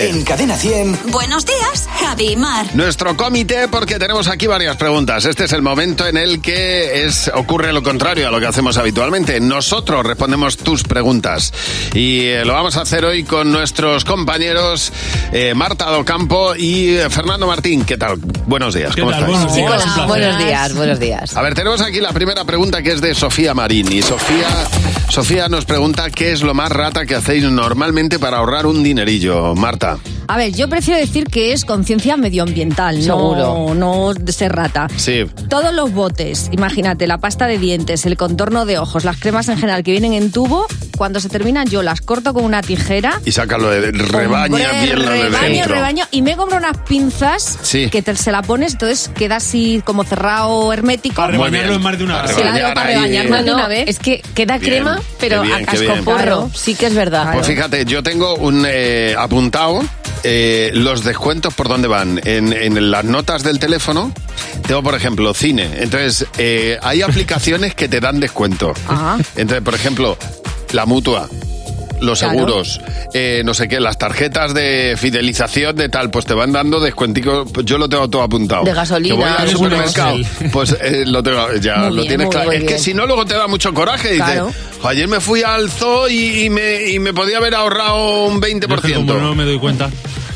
En Cadena 100. Buenos días, Javi y Mar. Nuestro comité, porque tenemos aquí varias preguntas. Este es el momento en el que es, ocurre lo contrario a lo que hacemos habitualmente. Nosotros respondemos tus preguntas. Y eh, lo vamos a hacer hoy con nuestros compañeros eh, Marta Docampo y eh, Fernando Martín. ¿Qué tal? Buenos días. ¿Qué ¿Cómo tal? estáis? Buenos días. Hola, buenos días, buenos días. A ver, tenemos aquí la primera pregunta que es de Sofía Marín. Y Sofía, Sofía nos pregunta qué es lo más rata que hacéis normalmente para ahorrar un dinerillo. Marta. A ver, yo prefiero decir que es conciencia medioambiental, no- Seguro. no se rata. Sí. Todos los botes, imagínate, la pasta de dientes, el contorno de ojos, las cremas en general que vienen en tubo, cuando se terminan yo las corto con una tijera. Y sácalo de rebaña Hombre, bien lo de rebaño, dentro. rebaño, y me compro unas pinzas Sí. que te, se la pones, entonces queda así como cerrado, hermético. Para Muy rebañarlo bien. en más de una Para hora. Claro, rebañar para ahí. eh, rebañar más de No, una vez. es que queda Bien, crema, pero qué bien, a qué bien. cascoporro. Claro. Sí que es verdad. Pues fíjate, yo tengo un eh, apuntado eh, los descuentos por dónde van. En, en las notas del teléfono tengo, por ejemplo, cine. Entonces, eh, hay aplicaciones que te dan descuento. Ajá. Entonces, por ejemplo, la mutua. Los Claro. seguros, eh, no sé qué, las tarjetas de fidelización de tal, pues te van dando descuenticos. Yo lo tengo todo apuntado. De gasolina, Que voy al algunos. supermercado, pues eh, lo tengo, ya Muy lo bien, tienes muy, claro. muy es que bien. si no, luego te da mucho coraje. Claro. Dices, "Jo, ayer me fui al zoo y, y me, y me podía haber ahorrado un Yo es que como 20%. no me doy cuenta.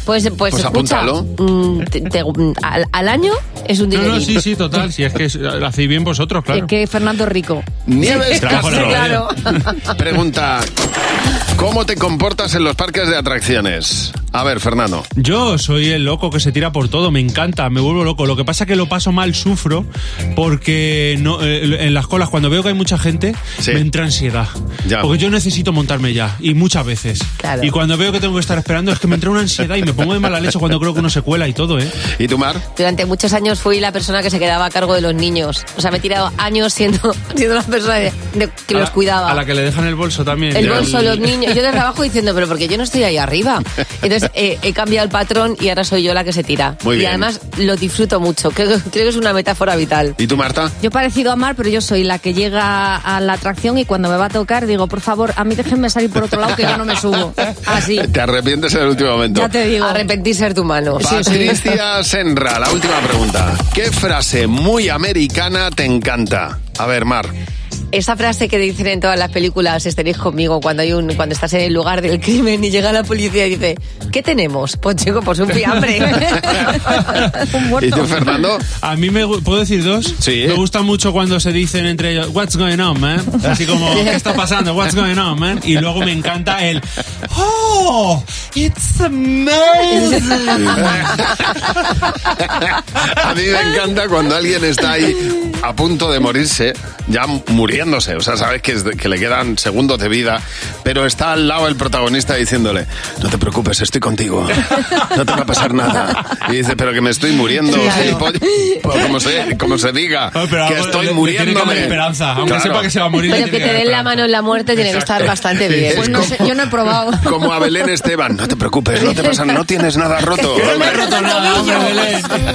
Pues, pues, Pues escucha, apúntalo. mm, te- te- mm, al, al año es un No, dinerillo. no, sí, sí, total. Si es que es- lo hacéis bien vosotros, claro. Es que Fernando es Rico. Nieves Trabajo en Castro Claro. pregunta, ¿cómo te comportas en los parques de atracciones? A ver, Fernando. Yo soy el loco que se tira por todo, me encanta, me vuelvo loco. Lo que pasa es que lo paso mal, sufro, porque no, eh, en las colas, cuando veo que hay mucha gente, Sí. me entra ansiedad. Ya. Porque yo necesito montarme ya, y muchas veces. Claro. Y cuando veo que tengo que estar esperando, es que me entra una ansiedad y me pongo de mala leche cuando creo que uno se cuela y todo, ¿eh? ¿Y tu mar? Durante muchos años fui la persona que se quedaba a cargo de los niños. O sea, me he tirado años siendo, siendo la persona de- de- que A los la- cuidaba. A la que le dejan el bolso también. El Ya. bolso, los niños. Yo les trabajo diciendo, pero porque yo no estoy ahí arriba. Entonces eh, he cambiado el patrón y ahora soy yo la que se tira. Muy y bien. además lo disfruto mucho. Creo, que- creo que es una metáfora vital. ¿Y tu Marta? Yo parecido a Mar, pero yo soy la que llega a la atracción y cuando me va a tocar digo, por favor, a mí déjenme salir por otro lado que yo no me subo. Así, Te arrepientes en el último momento. ya te digo. Arrepentir ser tu mano. Patricia Senra, la última pregunta. ¿Qué frase muy americana te encanta? A ver, Mar. Esa frase que dicen en todas las películas, estaréis conmigo cuando hay un, cuando estás en el lugar del crimen y llega la policía y dice, ¿qué tenemos? Pues chico, pues un fiambre. Un ¿Y muerto. tú, Fernando? A mí me gu- puedo decir dos. Sí. Me gusta mucho cuando se dicen entre ellos What's going on, man. Así como ¿Qué está pasando? What's going on, man. Y luego me encanta el Oh, it's amazing. A mí me encanta cuando alguien está ahí a punto de morirse, ya muriéndose, o sea, sabes que, es de- que le quedan segundos de vida, pero está al lado el protagonista diciéndole, no te preocupes, estoy contigo, no te va a pasar nada. Y dice, pero que me estoy muriendo, gilipollas", o como, se, como se diga, Ah, pero que estoy algo- le- le tiene que muriéndome. haber esperanza, aunque Claro. sepa que se va a morir. le Pero que tiene te haber den la esperanza. mano en la muerte tiene que estar bastante bien. Pues no Es sé, como- yo no he probado. Como a Belén Esteban, no te preocupes, no te pasa, no tienes nada roto. No me he roto nada, hombre, Belén.